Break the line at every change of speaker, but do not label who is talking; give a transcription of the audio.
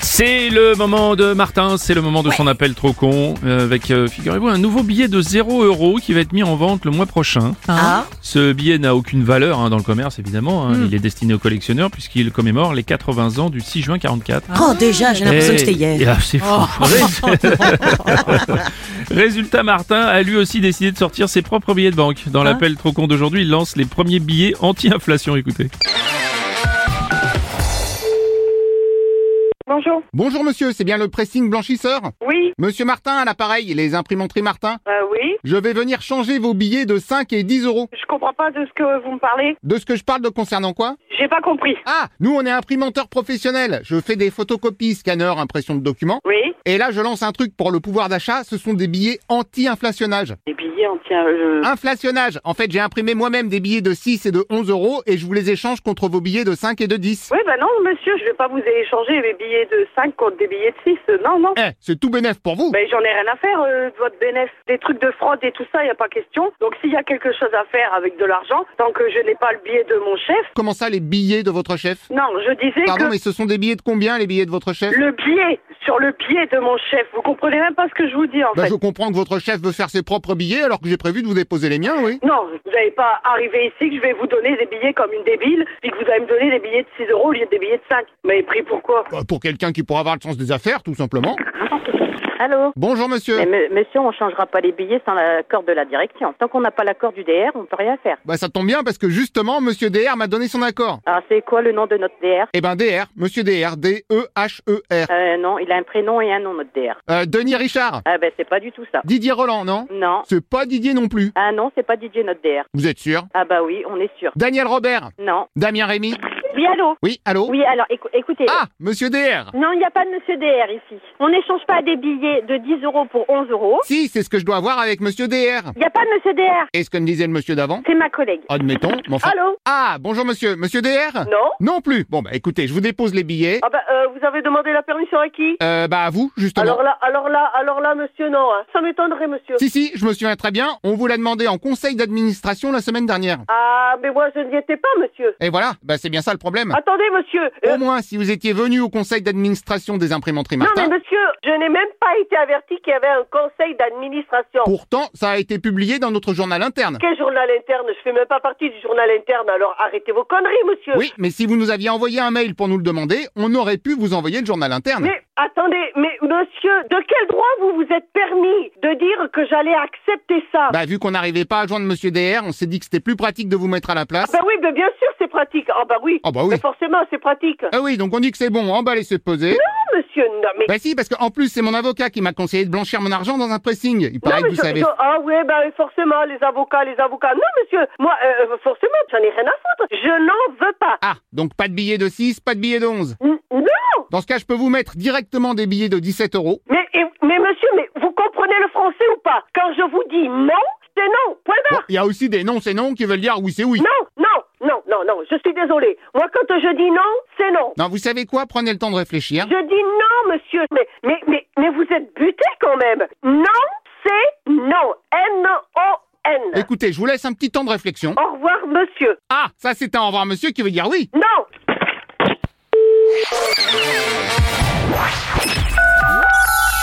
C'est le moment de Martin, c'est le moment de son appel trop con, euh, avec, euh, figurez-vous, un nouveau billet de 0 euro qui va être mis en vente le mois prochain.
Ah.
Ce billet n'a aucune valeur hein, dans le commerce, évidemment. hein.
Hmm.
Il est destiné aux collectionneurs puisqu'il commémore les 80 ans du 6 juin 44.
Oh, déjà, j'ai l'impression que c'était
Et-
hier. Oh.
ah, c'est fou. Rés- Résultat, Martin a lui aussi décidé de sortir ses propres billets de banque.
Ah.
Dans l'appel trop con d'aujourd'hui, il lance les premiers billets anti-inflation, écoutez.
Bonjour.
Bonjour monsieur, c'est bien le pressing blanchisseur
Oui,
Monsieur Martin à l'appareil, les imprimanteries Martin.
euh, oui.
Je vais venir changer vos billets de 5 et 10 euros.
Je comprends pas de ce que vous me parlez.
De ce que je parle de concernant quoi
J'ai pas compris.
Ah, nous on est imprimanteur professionnel. Je fais des photocopies, scanner, impression de documents.
Oui.
Et là je lance un truc pour le pouvoir d'achat, ce sont des billets anti-inflationnage.
Les billets entiers. Euh,
Ah. Inflationnage. En fait, j'ai imprimé moi-même des billets de 6 et de 11 euros et je vous les échange contre vos billets de 5 et de 10.
Oui, bah non, monsieur, je vais pas vous échanger mes billets de 5 contre des billets de 6. Euh, Non, non.
Eh, c'est tout bénef pour vous.
Mais j'en ai rien à faire euh, de votre bénéfice. Des trucs de fraude et tout ça, y a pas question. Donc s'il y a quelque chose à faire avec de l'argent, tant que je n'ai pas le billet de mon chef.
Comment ça, les billets de votre chef
Non, je disais
Pardon,
que.
mais ce sont des billets de combien, les billets de votre chef
Le billet, sur le pied de mon chef. Vous comprenez même pas ce que je vous dis en
Bah,
fait.
je comprends que votre chef veut faire ses propres billets alors que j'ai prévu de vous déposer les miens, oui.
Non, vous n'allez pas arriver ici que je vais vous donner des billets comme une débile, puis que vous allez me donner des billets de 6 euros au lieu des billets de 5. Mais pris pourquoi
Bah, pour quelqu'un qui pourra avoir le sens des affaires, tout simplement.
Allô
Bonjour,
mais
monsieur.
me- monsieur, on changera pas les billets sans l'accord de la direction. Tant qu'on n'a pas l'accord du DR, on peut rien faire.
Bah, ça tombe bien parce que justement, monsieur DR m'a donné son accord.
Alors, c'est quoi le nom de notre DR
Eh ben, DR, monsieur DR, D-E-H-E-R.
euh, Non, il a un prénom et un nom, notre DR.
E Euh, Denis Richard.
Ah ben, c'est pas du tout ça.
Didier Roland, non
Non.
C'est pas Didier non plus.
Ah non, c'est pas Didier, notre DR.
Vous êtes sûr
Ah bah oui, on est sûr.
Daniel Robert.
Non.
Damien Rémy.
Oui, allô
Oui, allô
Oui, alors, écou- écoutez...
Ah, monsieur DR
Non, il n'y a pas de monsieur DR ici. On n'échange pas des billets de 10 euros pour 11 euros.
Si, c'est ce que je dois avoir avec monsieur DR.
Il n'y a pas de monsieur DR.
Et ce que me disait le monsieur d'avant
C'est ma collègue.
Admettons, mais enfin...
Allô
Ah, bonjour monsieur, monsieur DR
Non
Non plus Bon, bah écoutez, je vous dépose les billets.
Ah bah,
euh,
vous avez demandé la permission à qui
Euh, bah à vous, justement.
là, alors euh, là, alors là, monsieur, non.
hein.
Ça m'étonnerait, monsieur.
Si, si, je me souviens très bien, on vous l'a demandé en conseil d'administration la semaine dernière.
Ah, mais moi, je n'y étais pas, monsieur.
Et voilà, bah c'est bien ça le problème.
Attendez, monsieur.
Euh,
Au moins, si vous étiez venu au conseil d'administration des imprimanteries Martin,
monsieur, je n'ai même pas été averti qu'il y avait un conseil d'administration.
pourtant, ça a été publié dans notre journal interne.
Quel journal interne Je fais même pas partie du journal interne, alors arrêtez vos conneries, monsieur.
Oui, mais si vous nous aviez envoyé un mail pour nous le demander, on aurait pu vous envoyer le journal interne.
Mais attendez, mais monsieur, de quel droit vous vous êtes permis de dire que j'allais accepter ça
Bah, vu qu'on n'arrivait pas à joindre Monsieur DR, on s'est dit que c'était plus pratique de vous mettre à la place.
Ben oui, mais bien sûr, c'est pratique. Ah bah oui.
Ah bah oui.
Mais forcément, c'est pratique.
Ah oui, donc on dit que c'est bon, emballer, se poser.
Non, monsieur, non, mais...
Bah si, parce qu'en plus, c'est mon avocat qui m'a conseillé de blanchir mon argent dans un pressing. Il
Non,
paraît
mais
que vous
je-
savez.
je- ah oui, ben forcément, les avocats, les avocats. Non, monsieur, moi, euh, forcément, j'en ai rien à foutre. Je n'en veux pas.
Ah, donc pas de billet de 6, pas de billet de 11.
N- Non
Dans ce cas, je peux vous mettre directement des billets de 17 euros.
mais, et- mais monsieur, mais vous comprenez le français ou pas Quand je vous dis non, c'est non, point
Bon,
barre.
il y a aussi des non, c'est non qui veulent dire oui, c'est oui.
Ah. Non, non, non, non, non, je suis désolée. Moi, quand je dis non, c'est non.
Non, vous savez quoi Prenez le temps de réfléchir.
Je dis non, monsieur, mais, mais, mais, mais vous êtes buté quand même. Non, c'est non. N-O-N.
Écoutez, je vous laisse un petit temps de réflexion.
Au revoir, monsieur.
Ah, ça c'est un au revoir monsieur qui veut dire oui.
Non